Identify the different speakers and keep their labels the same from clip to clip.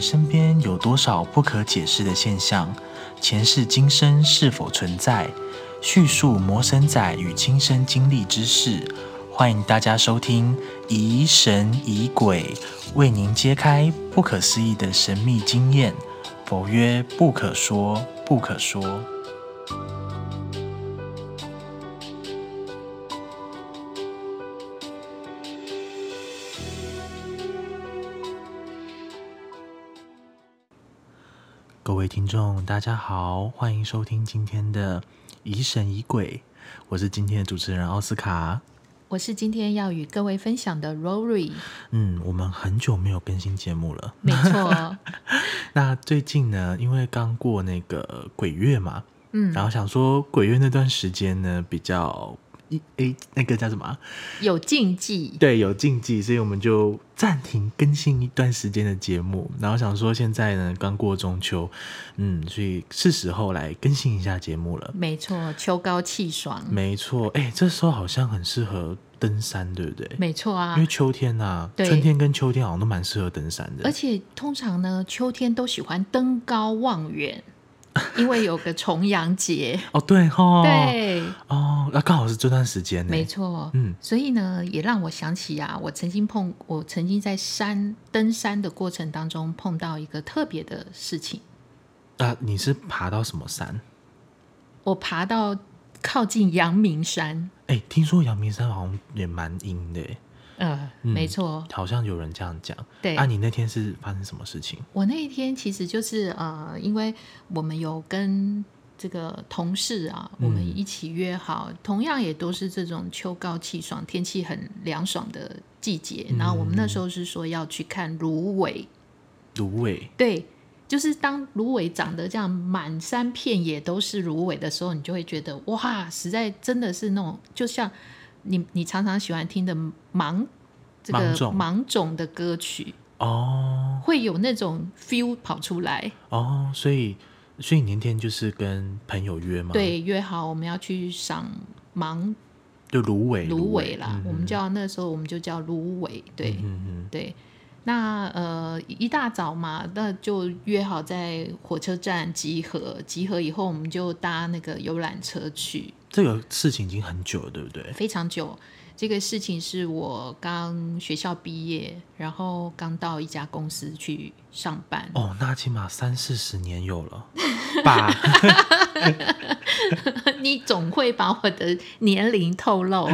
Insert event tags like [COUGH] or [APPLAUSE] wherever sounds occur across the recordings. Speaker 1: 身边有多少不可解释的现象？前世今生是否存在？叙述魔神仔与亲身经历之事。欢迎大家收听《疑神疑鬼》，为您揭开不可思议的神秘经验。佛曰：不可说，不可说。各位听众，大家好，欢迎收听今天的《疑神疑鬼》，我是今天的主持人奥斯卡。
Speaker 2: 我是今天要与各位分享的 Rory，
Speaker 1: 嗯，我们很久没有更新节目了。
Speaker 2: 没
Speaker 1: [LAUGHS]
Speaker 2: 错，哦
Speaker 1: 那最近呢，因为刚过那个鬼月嘛，
Speaker 2: 嗯，
Speaker 1: 然后想说鬼月那段时间呢比较一诶、那个叫什么啊？
Speaker 2: 有禁忌，
Speaker 1: 对，有禁忌，所以我们就暂停更新一段时间的节目。然后想说现在呢刚过中秋，嗯，所以是时候来更新一下节目了。
Speaker 2: 没错，秋高气爽，
Speaker 1: 没错，哎、这时候好像很适合登山，对不对？
Speaker 2: 没错啊
Speaker 1: 因为。秋天呐、
Speaker 2: 对
Speaker 1: 春天跟秋天好像都蛮适合登山的
Speaker 2: 而。且通常呢，秋天都喜欢登高望
Speaker 1: [LAUGHS]
Speaker 2: 远，因为有个重阳节，
Speaker 1: 哦，对吼，
Speaker 2: 对，
Speaker 1: 哦，那刚好是这段时间呢。
Speaker 2: 没错。
Speaker 1: 嗯
Speaker 2: 所以呢，也让我想起啊，我曾经碰，我曾经在山登山的过程当中碰到一个特别的事情。
Speaker 1: 啊，你是爬到什么山？
Speaker 2: 我爬到靠近阳明山，
Speaker 1: 哎、听说阳明山好像也蛮阴的耶，
Speaker 2: 呃，
Speaker 1: 嗯
Speaker 2: 没错，
Speaker 1: 好像有人这样讲。
Speaker 2: 对。
Speaker 1: 啊，你那天是发生什么事情？
Speaker 2: 我那一天其实就是呃，因为我们有跟这个同事啊，
Speaker 1: 嗯
Speaker 2: 我们一起约好，同样也都是这种秋高气爽、天气很凉爽的季节。
Speaker 1: 嗯
Speaker 2: 然后我们那时候是说要去看芦苇，
Speaker 1: 芦苇，
Speaker 2: 对，就是当芦苇长得这样满山遍野都是芦苇的时候，你就会觉得哇，实在真的是那种，就像你你常常喜欢听的芒这个
Speaker 1: 芒种
Speaker 2: 芒种的歌曲，
Speaker 1: 哦
Speaker 2: 会有那种 feel 跑出来。
Speaker 1: 哦，所以所以你那天就是跟朋友约吗？，
Speaker 2: 对，约好我们要去赏芒
Speaker 1: 就芦苇，
Speaker 2: 芦
Speaker 1: 苇
Speaker 2: 苇啦，我们叫那时候我们就叫芦苇，对、
Speaker 1: 嗯嗯
Speaker 2: 对。那呃一大早嘛，那就约好在火车站集合，集合以后我们就搭那个游览车去
Speaker 1: 嗯，，这个事情已经很久了，对不对？
Speaker 2: 非常久。这个事情是我刚学校毕业，然后刚到一家公司去上班， [LAUGHS]
Speaker 1: 哦，那起码三四十年有了 [LAUGHS] 吧？
Speaker 2: 你总会把我的年龄透露。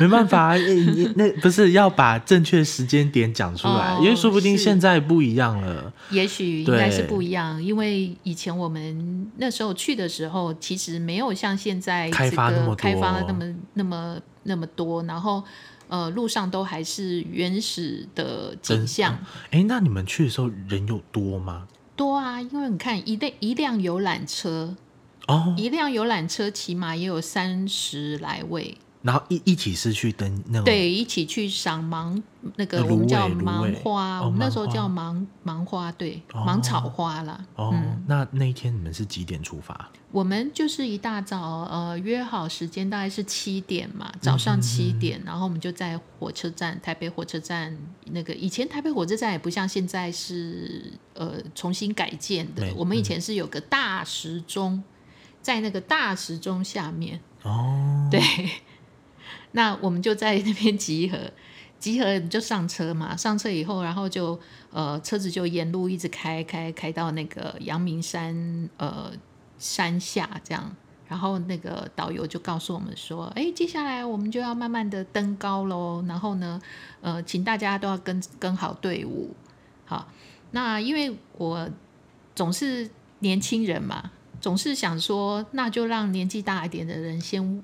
Speaker 1: 没办法，诶你那不是要把正确时间点讲出来，
Speaker 2: 哦
Speaker 1: 因为说不定
Speaker 2: 是
Speaker 1: 现在不一样了。
Speaker 2: 也许应该是
Speaker 1: 对
Speaker 2: 不一样，因为以前我们那时候去的时候，其实没有像现在
Speaker 1: 开发
Speaker 2: 这
Speaker 1: 那
Speaker 2: 个
Speaker 1: 么多
Speaker 2: 开发那么那么那么多，然后呃路上都还是原始的景象
Speaker 1: 哎、那你们去的时候人有多吗？
Speaker 2: 多啊，因为你看一辆一辆游览车，
Speaker 1: 哦，
Speaker 2: 一辆游览车起码也有三十来位，
Speaker 1: 然后一一起是去登那种，
Speaker 2: 对，一起去赏芒那个
Speaker 1: 呃芦
Speaker 2: 我们叫
Speaker 1: 苇芦
Speaker 2: 芒
Speaker 1: 苇
Speaker 2: 花，
Speaker 1: 哦
Speaker 2: 我们那时候
Speaker 1: 芒花
Speaker 2: 叫芒芒花，对，
Speaker 1: 哦
Speaker 2: 芒草花啦，
Speaker 1: 哦，
Speaker 2: 嗯。
Speaker 1: 那那一天你们是几点出发？
Speaker 2: 我们就是一大早，呃，约好时间大概是七点嘛，早上七点，然后我们就在火车站，台北火车站那个以前台北火车站也不像现在是呃重新改建的
Speaker 1: 没，
Speaker 2: 我们以前是有个大时钟，在那个大时钟下面，
Speaker 1: 哦，
Speaker 2: 对， [LAUGHS] 那我们就在那边集合，集合你就上车嘛，上车以后，然后就呃车子就沿路一直开开开到那个阳明山呃山下这样，然后那个导游就告诉我们说，哎，接下来我们就要慢慢的登高喽，然后呢，呃，请大家都要跟跟好队伍，好，那因为我总是年轻人嘛。总是想说，那就让年纪大一点的人先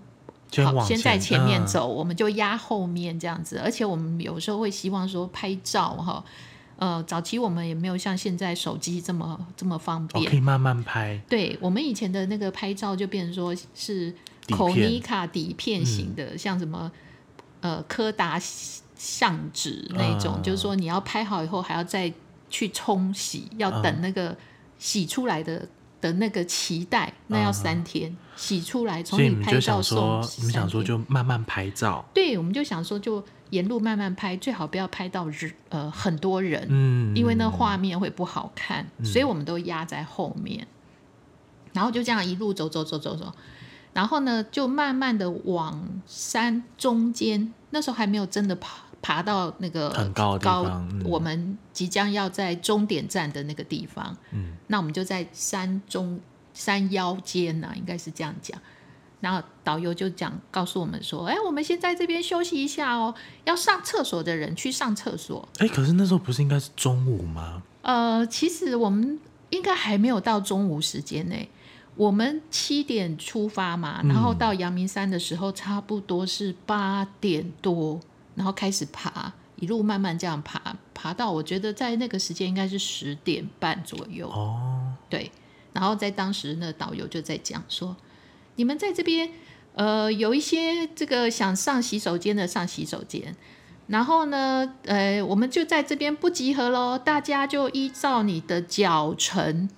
Speaker 1: 先
Speaker 2: 好，
Speaker 1: 往
Speaker 2: 先在前面
Speaker 1: 嗯
Speaker 2: 走，我们就压后面这样子。而且我们有时候会希望说拍照哈，呃，早期我们也没有像现在手机这么这么方
Speaker 1: 哦，
Speaker 2: 便。
Speaker 1: 可以慢慢拍。
Speaker 2: 对我们以前的那个拍照就变成说是
Speaker 1: 底片嗯
Speaker 2: 口尼卡底片型的，像什么呃柯达相纸那种，
Speaker 1: 嗯
Speaker 2: 就是说你要拍好以后还要再去冲洗，
Speaker 1: 啊
Speaker 2: 要等那个洗出来的。的那个脐带，那要三天、洗出来，
Speaker 1: 啊
Speaker 2: 从
Speaker 1: 所以你们
Speaker 2: 拍
Speaker 1: 就
Speaker 2: 照
Speaker 1: 想
Speaker 2: 送
Speaker 1: 说
Speaker 2: 三，天。
Speaker 1: 你们想说就慢慢拍照，
Speaker 2: 对，我们就想说就沿路慢慢拍，最好不要拍到人呃很多人，
Speaker 1: 嗯，
Speaker 2: 因为那画面会不好看，所以我们都压在后面。然后就这样一路走走走走走，然后呢就慢慢的往山中间，那时候还没有真的爬爬到那个
Speaker 1: 很高的地方嗯
Speaker 2: 我们即将要在终点站的那个地方。
Speaker 1: 嗯，
Speaker 2: 那我们就在山中山腰间呐、应该是这样讲。然后导游就讲告诉我们说：“哎，我们先在这边休息一下哦，要上厕所的人去上厕所。”
Speaker 1: 哎、可是那时候不是应该是中午吗？
Speaker 2: 呃，其实我们应该还没有到中午时间呢、我们七点出发嘛，然后到阳明山的时候差不多是八点多，然后开始爬，一路慢慢这样爬，爬到我觉得在那个时间应该是十点半左右。
Speaker 1: 哦，
Speaker 2: 对，然后在当时呢，导游就在讲说，你们在这边，呃，有一些这个想上洗手间的上洗手间，然后呢，呃，我们就在这边不集合喽，大家就依照你的脚程，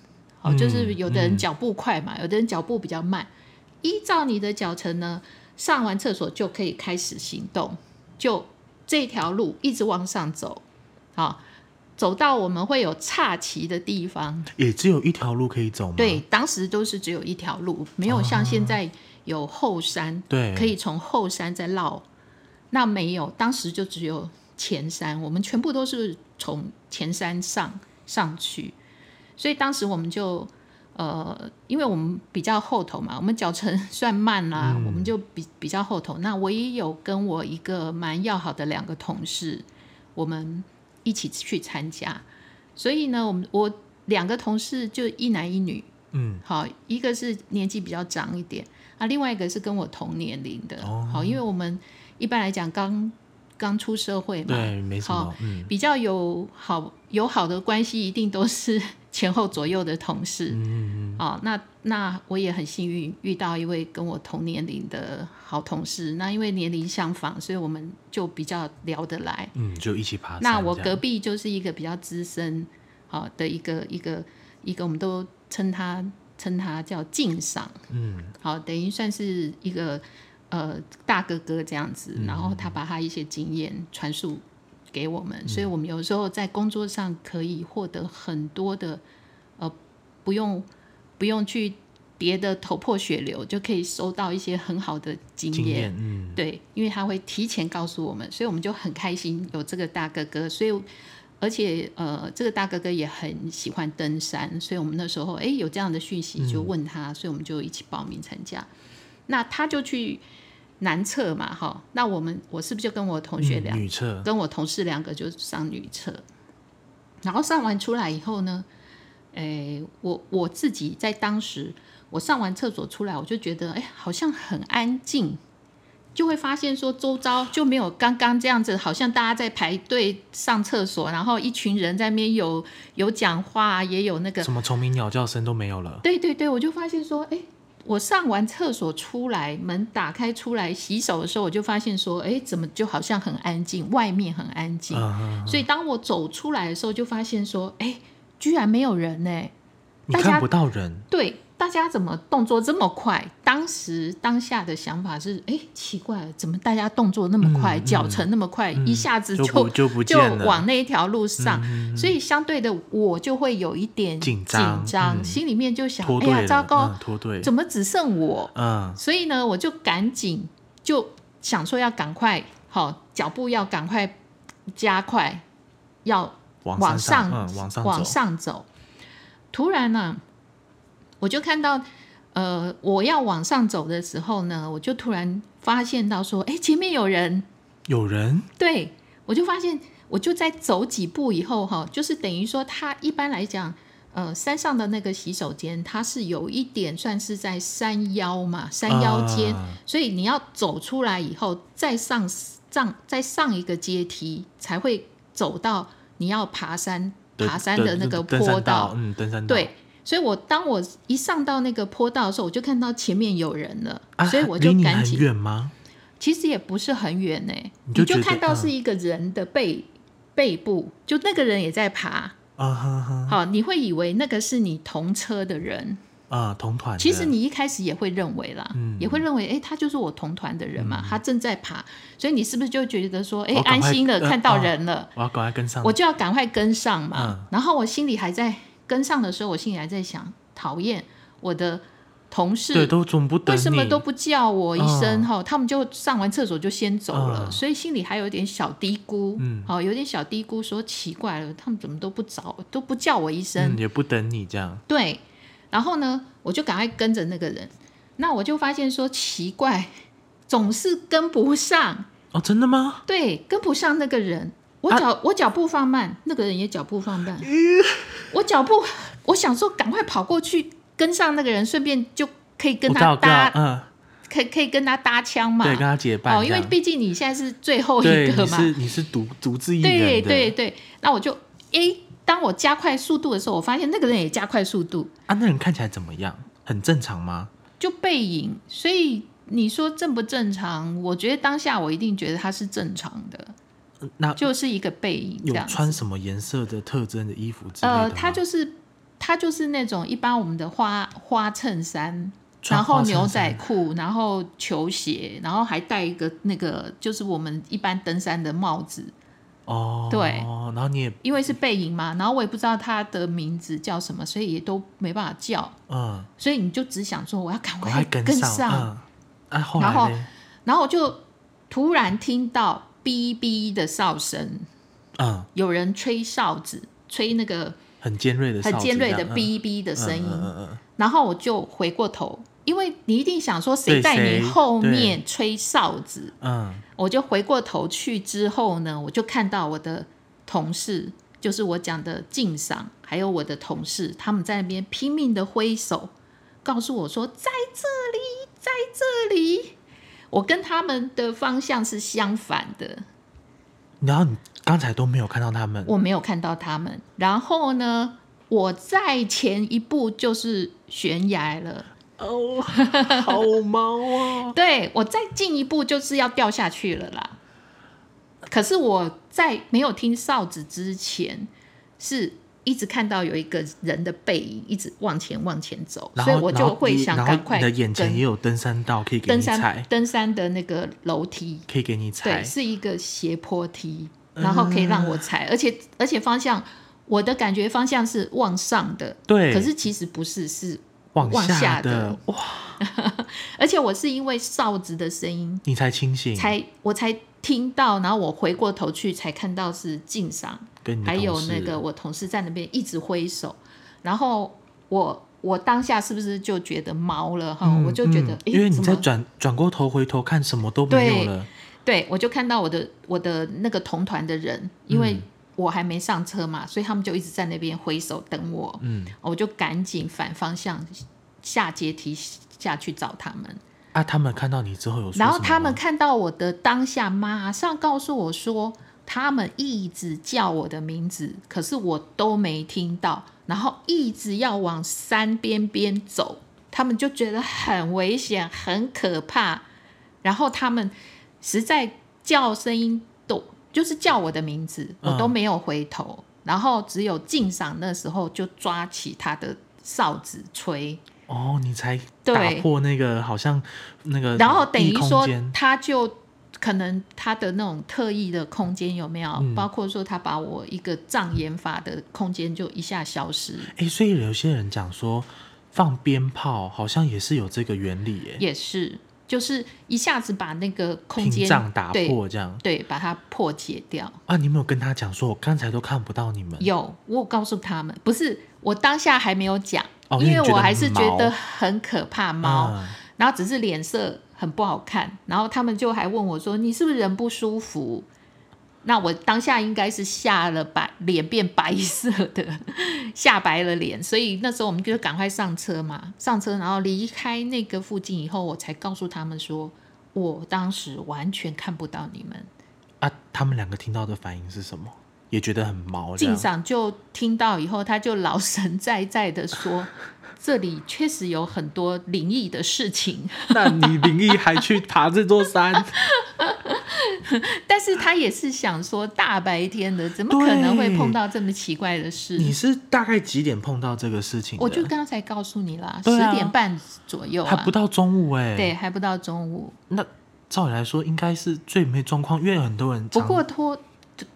Speaker 2: 哦，就是
Speaker 1: 嗯
Speaker 2: 有的人
Speaker 1: 嗯
Speaker 2: 脚步快嘛，有的人脚步比较慢，依照你的脚程呢，上完厕所就可以开始行动，就这条路一直往上走，好、走到我们会有岔旗的地方，
Speaker 1: 也只有一条路可以走吗？
Speaker 2: 对，当时都是只有一条路，没有像现在有后山，
Speaker 1: 对，
Speaker 2: 可以从后山再绕。那没有，当时就只有前山，我们全部都是从前山上上去，所以当时我们就呃，因为我们比较后头嘛，我们脚程 [LAUGHS] 算慢啦，我们就比比较后头。那我也有跟我一个蛮要好的两个同事，我们一起去参加，所以呢，我们我两个同事就一男一女，
Speaker 1: 嗯，
Speaker 2: 好，一个是年纪比较长一点啊，另外一个是跟我同年龄的。
Speaker 1: 哦
Speaker 2: 好，因为我们一般来讲刚刚出社会嘛，
Speaker 1: 对，没什么
Speaker 2: 好，
Speaker 1: 嗯
Speaker 2: 比较有好友好的关系，一定都是 [LAUGHS] 前后左右的同事。
Speaker 1: 嗯嗯
Speaker 2: 哦，那那我也很幸运遇到一位跟我同年龄的好同事。那因为年龄相仿，所以我们就比较聊得来。
Speaker 1: 嗯，就一起爬山这
Speaker 2: 那
Speaker 1: 样。
Speaker 2: 我隔壁就是一个比较资深，好、的一个一个一个，我们都称他称他叫敬赏，
Speaker 1: 嗯
Speaker 2: 好，等于算是一个呃大哥哥这样子。
Speaker 1: 嗯
Speaker 2: 然后他把他一些经验传述给我
Speaker 1: 嗯
Speaker 2: 们，所以我们有时候在工作上可以获得很多的呃，不用不用去跌得头破血流，就可以收到一些很好的经
Speaker 1: 经
Speaker 2: 验。
Speaker 1: 验嗯
Speaker 2: 对，因为他会提前告诉我们，所以我们就很开心有这个大哥哥。所以，而且呃，这个大哥哥也很喜欢登山，所以我们那时候哎有这样的讯息
Speaker 1: 嗯
Speaker 2: 就问他，所以我们就一起报名参加。那他就去南侧嘛，哈，那我们我是不是就跟我同学
Speaker 1: 嗯
Speaker 2: 聊？
Speaker 1: 女厕
Speaker 2: 跟我同事两个就上女厕，然后上完出来以后呢，诶，我我自己在当时我上完厕所出来，我就觉得哎，好像很安静，就会发现说周遭就没有刚刚这样子，好像大家在排队上厕所，然后一群人在那边有有讲话，也有那个
Speaker 1: 什么虫鸣鸟叫声都没有了，
Speaker 2: 对对对，我就发现说，哎，我上完厕所出来，门打开出来洗手的时候，我就发现说，哎，怎么就好像很安静，外面很安静。
Speaker 1: 嗯，
Speaker 2: 所以当我走出来的时候，就发现说，哎，居然没有人呢、
Speaker 1: 你
Speaker 2: 大家
Speaker 1: 看不到人，
Speaker 2: 对，大家怎么动作这么快？当时当下的想法是，哎，奇怪了，怎么大家动作那么快，
Speaker 1: 嗯嗯
Speaker 2: 脚程那么快，
Speaker 1: 嗯
Speaker 2: 一下子
Speaker 1: 就不就不
Speaker 2: 就
Speaker 1: 见了嗯
Speaker 2: 往那一条路上，所以相对的，我就会有一点
Speaker 1: 紧张嗯
Speaker 2: 心里面就想，
Speaker 1: 脱
Speaker 2: 哎
Speaker 1: 队
Speaker 2: 呀，
Speaker 1: 了
Speaker 2: 糟糕，
Speaker 1: 嗯脱队，
Speaker 2: 怎么只剩我？
Speaker 1: 嗯
Speaker 2: 所以呢，我就赶紧就想说要赶快，好、脚步要赶快加快，要
Speaker 1: 往
Speaker 2: 往
Speaker 1: 上
Speaker 2: 上
Speaker 1: 嗯往上
Speaker 2: 往
Speaker 1: 走，
Speaker 2: 上走。突然呢、我就看到，呃，我要往上走的时候呢，我就突然发现到说，哎，前面有人，
Speaker 1: 有人
Speaker 2: 对我就发现，我就在走几步以后哈，就是等于说，它一般来讲，呃，山上的那个洗手间，它是有一点算是在山腰嘛，山腰间，
Speaker 1: 啊
Speaker 2: 所以你要走出来以后，再上上再上一个阶梯，才会走到你要爬山
Speaker 1: 对
Speaker 2: 爬山
Speaker 1: 对
Speaker 2: 的那个
Speaker 1: 登山
Speaker 2: 坡道。
Speaker 1: 嗯，登山道，
Speaker 2: 对，所以我当我一上到那个坡道的时候，我就看到前面有人了，
Speaker 1: 啊，
Speaker 2: 所以我就
Speaker 1: 离你
Speaker 2: 赶
Speaker 1: 很
Speaker 2: 紧
Speaker 1: 远吗？
Speaker 2: 其实也不是很远呢、
Speaker 1: 你
Speaker 2: 你
Speaker 1: 就
Speaker 2: 就
Speaker 1: 觉得
Speaker 2: 看到是一个人的背、背部，就那个人也在爬。
Speaker 1: 啊哈哈，
Speaker 2: 好，你会以为那个是你同车的人，
Speaker 1: 啊、同团的。
Speaker 2: 其实你一开始也会认为啦，
Speaker 1: 嗯
Speaker 2: 也会认为，哎，他就是我同团的人嘛，他正在爬，所以你是不是就觉得说，哎，
Speaker 1: 我赶
Speaker 2: 安
Speaker 1: 快
Speaker 2: 心了，
Speaker 1: 呃
Speaker 2: 看到
Speaker 1: 啊
Speaker 2: 人了，
Speaker 1: 我要赶快跟上。
Speaker 2: 我就要赶快跟上嘛。
Speaker 1: 嗯
Speaker 2: 然后我心里还在跟上的时候，我心里还在想，讨厌我的同
Speaker 1: 对，
Speaker 2: 事
Speaker 1: 都总不等
Speaker 2: 为
Speaker 1: 你。
Speaker 2: 什么都不叫我一声
Speaker 1: 嗯
Speaker 2: 哈、他们就上完厕所就先走了，
Speaker 1: 嗯
Speaker 2: 所以心里还有点小低估，
Speaker 1: 嗯
Speaker 2: 哦，有点小低估，说奇怪了，他们怎么都不找，都不叫我一声，
Speaker 1: 嗯，也不等你这样。
Speaker 2: 对，然后呢，我就赶快跟着那个人，那我就发现说奇怪，总是跟不上，
Speaker 1: 哦，真的吗？
Speaker 2: 对，跟不上那个人。我
Speaker 1: 啊
Speaker 2: 脚、我脚步放慢，那个人也脚步放慢。我脚步，我想说赶快跑过去跟上那个人，顺便就可以跟
Speaker 1: 我
Speaker 2: 他
Speaker 1: 告
Speaker 2: 搭，
Speaker 1: 嗯，
Speaker 2: 可以可以跟他搭腔嘛
Speaker 1: 对，。跟他结伴
Speaker 2: 哦，
Speaker 1: 这
Speaker 2: 因为
Speaker 1: 样。
Speaker 2: 毕竟你现在是最后一
Speaker 1: 对，
Speaker 2: 个
Speaker 1: 你
Speaker 2: 嘛。
Speaker 1: 是你是独独自一人
Speaker 2: 对
Speaker 1: 的，
Speaker 2: 对对，那我就诶，当我加快速度的时候，我发现那个人也加快速度，
Speaker 1: 啊，那人看起来怎么样？很正常吗？
Speaker 2: 就背影。所以你说正不正常？我觉得当下我一定觉得他是正常的，
Speaker 1: 嗯那
Speaker 2: 就是一个背影这
Speaker 1: 有
Speaker 2: 样子。
Speaker 1: 穿什么颜色的特征的衣服之类的吗
Speaker 2: 呃，他就是他就是那种一般我们的花花衬衫，
Speaker 1: 穿
Speaker 2: 然后
Speaker 1: 花衬
Speaker 2: 牛
Speaker 1: 衫
Speaker 2: 仔裤，然后球鞋，然后还戴一个那个就是我们一般登山的帽子，
Speaker 1: 哦，
Speaker 2: 对
Speaker 1: 然后你也
Speaker 2: 因为是背影嘛，然后我也不知道他的名字叫什么，所以也都没办法叫，
Speaker 1: 嗯，
Speaker 2: 所以你就只想说我要赶
Speaker 1: 赶快
Speaker 2: 快
Speaker 1: 跟
Speaker 2: 跟
Speaker 1: 上，嗯，啊，后
Speaker 2: 然后
Speaker 1: 来呢？
Speaker 2: 然后我就突然听到哔哔的哨声，
Speaker 1: 嗯，
Speaker 2: 有人吹哨子，吹那个
Speaker 1: 很尖锐的哨子这样，
Speaker 2: 很尖锐的
Speaker 1: 嗯
Speaker 2: 哔哔的声音。
Speaker 1: 嗯嗯嗯嗯
Speaker 2: 然后我就回过头，因为你一定想说
Speaker 1: 对
Speaker 2: 谁在你
Speaker 1: 谁
Speaker 2: 后面吹哨子，
Speaker 1: 嗯，
Speaker 2: 我就回过头去之后呢，我就看到我的同事，就是我讲的敬赏，还有我的同事，他们在那边拼命的挥手，告诉我说在这里，在这里。我跟他们的方向是相反的，
Speaker 1: 然后你刚才都没有看到他们，
Speaker 2: 我没有看到他们。然后呢，我再前一步就是悬崖了。
Speaker 1: 哦，好毛哦，
Speaker 2: 对我再进一步就是要掉下去了啦。可是我在没有听哨子之前，是一直看到有一个人的背影一直往前往前走，
Speaker 1: 然
Speaker 2: [LAUGHS] 所以
Speaker 1: 后
Speaker 2: 我
Speaker 1: 然
Speaker 2: 就
Speaker 1: 后
Speaker 2: 会
Speaker 1: 你
Speaker 2: 想
Speaker 1: 然后
Speaker 2: 赶快
Speaker 1: 你的眼前也
Speaker 2: 跟
Speaker 1: 有登山道可以给
Speaker 2: 登
Speaker 1: 你
Speaker 2: 山
Speaker 1: 踩，
Speaker 2: 登山的那个楼梯，
Speaker 1: 可以给你踩
Speaker 2: 对，，是一个斜坡梯，然后可以让我
Speaker 1: 嗯
Speaker 2: 踩，而且而且方向，我的感觉方向是往上的，
Speaker 1: 对
Speaker 2: 可是其实不是，是
Speaker 1: 往
Speaker 2: 往下
Speaker 1: 的
Speaker 2: 的
Speaker 1: 哇，
Speaker 2: 而且我是因为哨子的声音
Speaker 1: 你才清醒，
Speaker 2: 才我才听到，然后我回过头去才看到是敬赏，
Speaker 1: 跟你的
Speaker 2: 还有
Speaker 1: 同事
Speaker 2: 那个我同事在那边一直挥手，然后我我当下是不是就觉得毛了哈？
Speaker 1: 嗯
Speaker 2: 哦我就觉得，
Speaker 1: 嗯
Speaker 2: 诶
Speaker 1: 因为你
Speaker 2: 怎
Speaker 1: 在
Speaker 2: 么
Speaker 1: 转转过头回头看，什么都没有了。
Speaker 2: 对我就看到我的我的那个同团的人，因为
Speaker 1: 嗯
Speaker 2: 我还没上车嘛，所以他们就一直在那边挥手等我，
Speaker 1: 嗯
Speaker 2: 我就赶紧反方向下阶梯下去找他们。
Speaker 1: 啊，他们看到你之后有说什么
Speaker 2: 然
Speaker 1: 吗，
Speaker 2: 后他们看到我的当下，马上告诉我说，他们一直叫我的名字，可是我都没听到，然后一直要往山边边走，他们就觉得很危险、很可怕，然后他们实在叫声音都就是叫我的名字，
Speaker 1: 嗯
Speaker 2: 我都没有回头，然后只有敬赏那时候就抓起他的哨子吹。
Speaker 1: 哦，你才
Speaker 2: 对
Speaker 1: 打破那个好像那个
Speaker 2: 然后等于
Speaker 1: 异空
Speaker 2: 说
Speaker 1: 间，
Speaker 2: 他就可能他的那种特异的空间有没有？
Speaker 1: 嗯
Speaker 2: 包括说他把我一个障眼法的空间就一下消失，
Speaker 1: 哎，所以有些人讲说放鞭炮好像也是有这个原理耶，
Speaker 2: 也是，就是一下子把那个空
Speaker 1: 屏
Speaker 2: 间
Speaker 1: 障打破这样
Speaker 2: 对，对，把它破解掉。
Speaker 1: 啊？你有没有跟他讲说，我刚才都看不到你们，
Speaker 2: 有，我有告诉他们，不是我当下还没有讲，
Speaker 1: 哦
Speaker 2: 因
Speaker 1: 因为
Speaker 2: 为
Speaker 1: 你觉
Speaker 2: 我
Speaker 1: 得
Speaker 2: 还是觉
Speaker 1: 毛
Speaker 2: 得很可怕猫，
Speaker 1: 啊
Speaker 2: 然后只是脸色很不好看，然后他们就还问我说：“你是不是人不舒服？”那我当下应该是吓了白，脸变白色的， [LAUGHS] 吓白了脸，所以那时候我们就赶快上车嘛，上车然后离开那个附近以后，我才告诉他们说，我当时完全看不到你们。
Speaker 1: 啊，他们两个听到的反应是什么？也觉得很毛这 [LAUGHS]
Speaker 2: 敬
Speaker 1: 样。
Speaker 2: 赏就听到以后，他就老神在在的说，这里确实有很多灵异的事情。
Speaker 1: 那你灵异还去爬这座山？
Speaker 2: 但是他也是想说，大白天的怎么可能会碰到这么奇怪的事？
Speaker 1: 你是大概几点碰到这个事情的？
Speaker 2: 我就刚才告诉你啦，十
Speaker 1: 对啊
Speaker 2: 点半左右
Speaker 1: 还
Speaker 2: 啊
Speaker 1: 不，到中午哎、
Speaker 2: 对，，还不到中午。
Speaker 1: 那照理来说应该是最没状况，因为很多人
Speaker 2: 不
Speaker 1: 常
Speaker 2: 过托，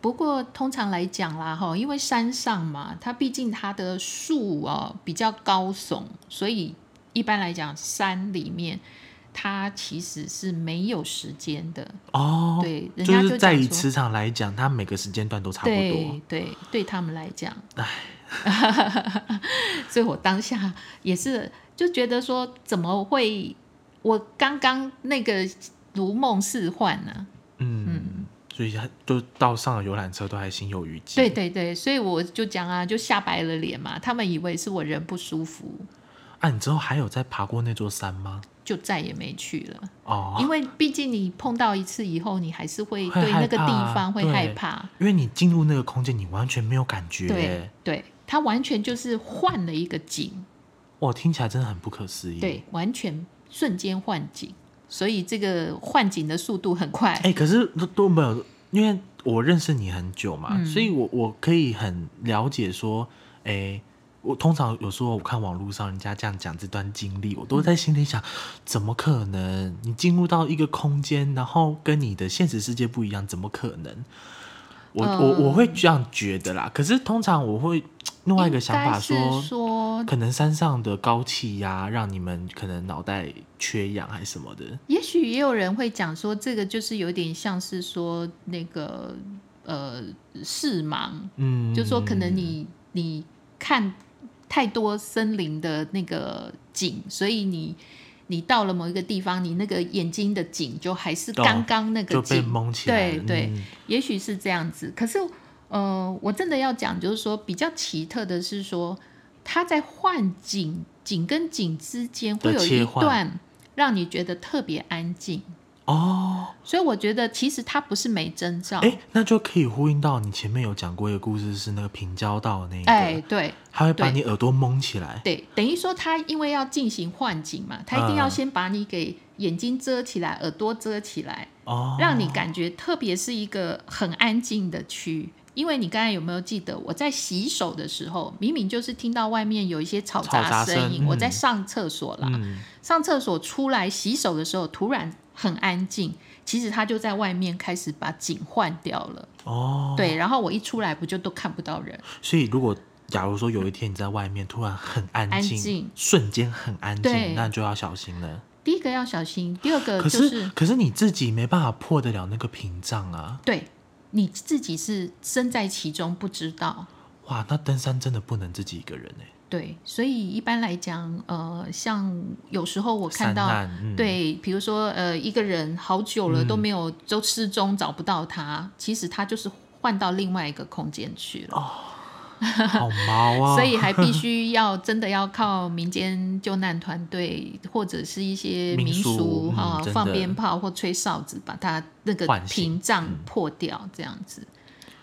Speaker 2: 不过通常来讲啦，哈，因为山上嘛，它毕竟它的树哦比较高耸，所以一般来讲，山里面它其实是没有时间的。
Speaker 1: 哦，
Speaker 2: 对，人
Speaker 1: 就
Speaker 2: 家
Speaker 1: 是在
Speaker 2: 讲
Speaker 1: 以
Speaker 2: 说，
Speaker 1: 磁场来讲，它每个时间段都差不多
Speaker 2: 对。对，对他们来讲，
Speaker 1: 唉，
Speaker 2: [LAUGHS] 所以我当下也是就觉得说，怎么会我刚刚那个如梦似幻啊呢、
Speaker 1: 嗯，所以他就到上了游览车都还心有余悸。
Speaker 2: 对对对，所以我就讲啊，就吓白了脸嘛。他们以为是我人不舒服，
Speaker 1: 啊，你之后还有再爬过那座山吗？
Speaker 2: 就再也没去了。
Speaker 1: 哦，
Speaker 2: 因为毕竟你碰到一次以后，你还是会
Speaker 1: 会
Speaker 2: 对那
Speaker 1: 害
Speaker 2: 个
Speaker 1: 怕啊
Speaker 2: 地方会
Speaker 1: 对
Speaker 2: 害怕。
Speaker 1: 因为你进入那个空间，你完全没有感觉。
Speaker 2: 对，对，他完全就是换了一个景，
Speaker 1: 哇，听起来真的很不可思议。，
Speaker 2: 对，完全瞬间换景，所以这个换景的速度很快。
Speaker 1: 哎、可是都都没有，因为我认识你很久嘛，
Speaker 2: 嗯
Speaker 1: 所以我我可以很了解说，哎、我通常有时候我看网络上人家这样讲这段经历，我都在心里想，怎么可能？你进入到一个空间，然后跟你的现实世界不一样，怎么可能？
Speaker 2: 嗯
Speaker 1: 我、我我会这样觉得啦。可是通常我会另外一个想法
Speaker 2: 应该是说
Speaker 1: 可能山上的高气压让你们可能脑袋缺氧还是什么的，
Speaker 2: 也许也有人会讲说，这个就是有点像是说那个呃视盲，
Speaker 1: 嗯，
Speaker 2: 就说可能你你看太多森林的那个景，所以你你到了某一个地方，你那个眼睛的景就还是
Speaker 1: 哦
Speaker 2: 刚刚那个
Speaker 1: 就被
Speaker 2: 景，
Speaker 1: 蒙起来了，
Speaker 2: 对对
Speaker 1: 嗯
Speaker 2: 也许是这样子。可是呃，我真的要讲，就是说比较奇特的是说，它在换景景跟景之间会
Speaker 1: 的
Speaker 2: 有
Speaker 1: 切
Speaker 2: 一
Speaker 1: 换
Speaker 2: 段让你觉得特别安静。
Speaker 1: 哦，
Speaker 2: 所以我觉得其实它不是没征兆，
Speaker 1: 哎，那就可以呼应到你前面有讲过一个故事，是那个平交道那一个，
Speaker 2: 哎，对
Speaker 1: 它会把
Speaker 2: 对
Speaker 1: 你耳朵蒙起来，
Speaker 2: 对，等于说它因为要进行换景嘛，它一定要
Speaker 1: 嗯
Speaker 2: 先把你给眼睛遮起来，耳朵遮起来，
Speaker 1: 哦，
Speaker 2: 让你感觉特别是一个很安静的区。因为你刚才有没有记得，我在洗手的时候，明明就是听到外面有一些吵
Speaker 1: 嘈杂
Speaker 2: 杂声
Speaker 1: 声
Speaker 2: 音，我在上厕所啦，
Speaker 1: 嗯，
Speaker 2: 上厕所出来洗手的时候，突然很安静，其实它就在外面开始把景换掉了。
Speaker 1: 哦，，
Speaker 2: 对，然后我一出来不就都看不到人？
Speaker 1: 所以如果假如说有一天你在外面突然很安
Speaker 2: 安
Speaker 1: 静，
Speaker 2: 静
Speaker 1: 瞬间很安
Speaker 2: 对
Speaker 1: 静，那就要小心了。
Speaker 2: 第一个要小心，第二个
Speaker 1: 可、
Speaker 2: 就是是
Speaker 1: 可是你自己没办法破得了那个屏障啊！
Speaker 2: 对你自己是身在其中不知道。
Speaker 1: 哇，那登山真的不能自己一个人哎、
Speaker 2: 对，所以一般来讲，呃，像有时候我看
Speaker 1: 山
Speaker 2: 到，
Speaker 1: 难，嗯、，
Speaker 2: 对，比如说呃，一个人好久了都没有，都失踪找不到他，其实他就是换到另外一个空间去
Speaker 1: 哦
Speaker 2: 了，
Speaker 1: 好毛啊！
Speaker 2: [LAUGHS] 所以还必须要真的要靠民间救难团队或者是一些
Speaker 1: 民
Speaker 2: 民
Speaker 1: 俗
Speaker 2: 俗
Speaker 1: [LAUGHS] 嗯
Speaker 2: 啊、
Speaker 1: 真
Speaker 2: 放
Speaker 1: 的
Speaker 2: 鞭炮或吹哨子，把它那个
Speaker 1: 唤醒嗯
Speaker 2: 屏障破掉这样子。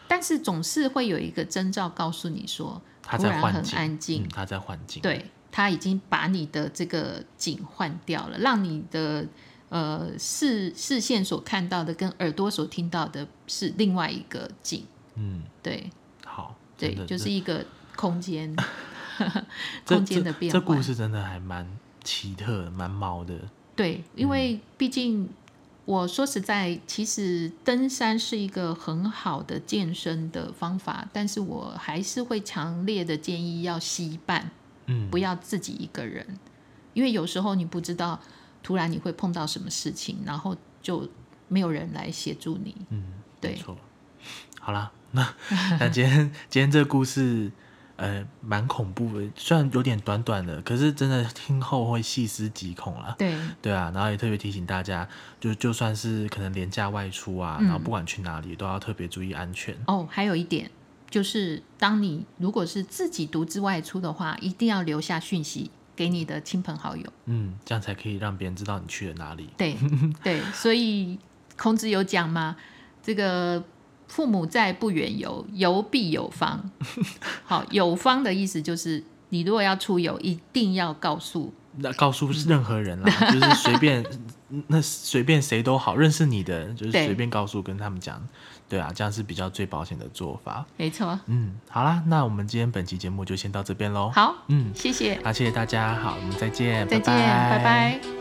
Speaker 2: 但是总是会有一个征兆告诉你说，
Speaker 1: 他
Speaker 2: 突
Speaker 1: 在
Speaker 2: 然
Speaker 1: 幻
Speaker 2: 很
Speaker 1: 境，
Speaker 2: 安静
Speaker 1: 嗯，，他在幻境，，
Speaker 2: 对，他已经把你的这个景换掉了，让你的呃视视线所看到的跟耳朵所听到的是另外一个景，
Speaker 1: 嗯，
Speaker 2: 对
Speaker 1: 好，
Speaker 2: 对
Speaker 1: 真的，
Speaker 2: 就是一个空间
Speaker 1: 这
Speaker 2: [LAUGHS] 空间
Speaker 1: 这
Speaker 2: 的变
Speaker 1: 这
Speaker 2: 化。
Speaker 1: 故事真的还蛮奇特的，蛮毛的。
Speaker 2: 对，
Speaker 1: 嗯
Speaker 2: 因为毕竟我说实在，其实登山是一个很好的健身的方法，但是我还是会强烈的建议要惜伴。
Speaker 1: 嗯，
Speaker 2: 不要自己一个人，因为有时候你不知道，突然你会碰到什么事情，然后就没有人来协助你。
Speaker 1: 嗯，
Speaker 2: 对
Speaker 1: 没错。好啦，那 [LAUGHS] 那今天今天这个故事，呃，蛮恐怖的，虽然有点短短的，可是真的听后会细思极恐啦。
Speaker 2: 对
Speaker 1: 对啊，然后也特别提醒大家，就就算是可能廉价外出啊，
Speaker 2: 嗯
Speaker 1: 然后不管去哪里都要特别注意安全。
Speaker 2: 哦，还有一点就是，当你如果是自己独自外出的话，一定要留下讯息给你的亲朋好友。
Speaker 1: 嗯，这样才可以让别人知道你去了哪里。 [LAUGHS]
Speaker 2: 对对，所以孔子有讲嘛，这个父母在不远游，游必
Speaker 1: [LAUGHS]
Speaker 2: 有方。好，有方的意思就是，你如果要出游，一定要告诉
Speaker 1: 那告诉任何人 [LAUGHS] 啦，就是随便，那随便谁都好，认识你的人就是
Speaker 2: 对
Speaker 1: 随便告诉跟他们讲，对啊，这样是比较最保险的做法。
Speaker 2: 没错。
Speaker 1: 嗯，好啦，那我们今天本期节目就先到这边喽。
Speaker 2: 好，
Speaker 1: 嗯，
Speaker 2: 谢谢，
Speaker 1: 那谢谢大家，好，我们再见，
Speaker 2: 再见，
Speaker 1: 拜
Speaker 2: 拜拜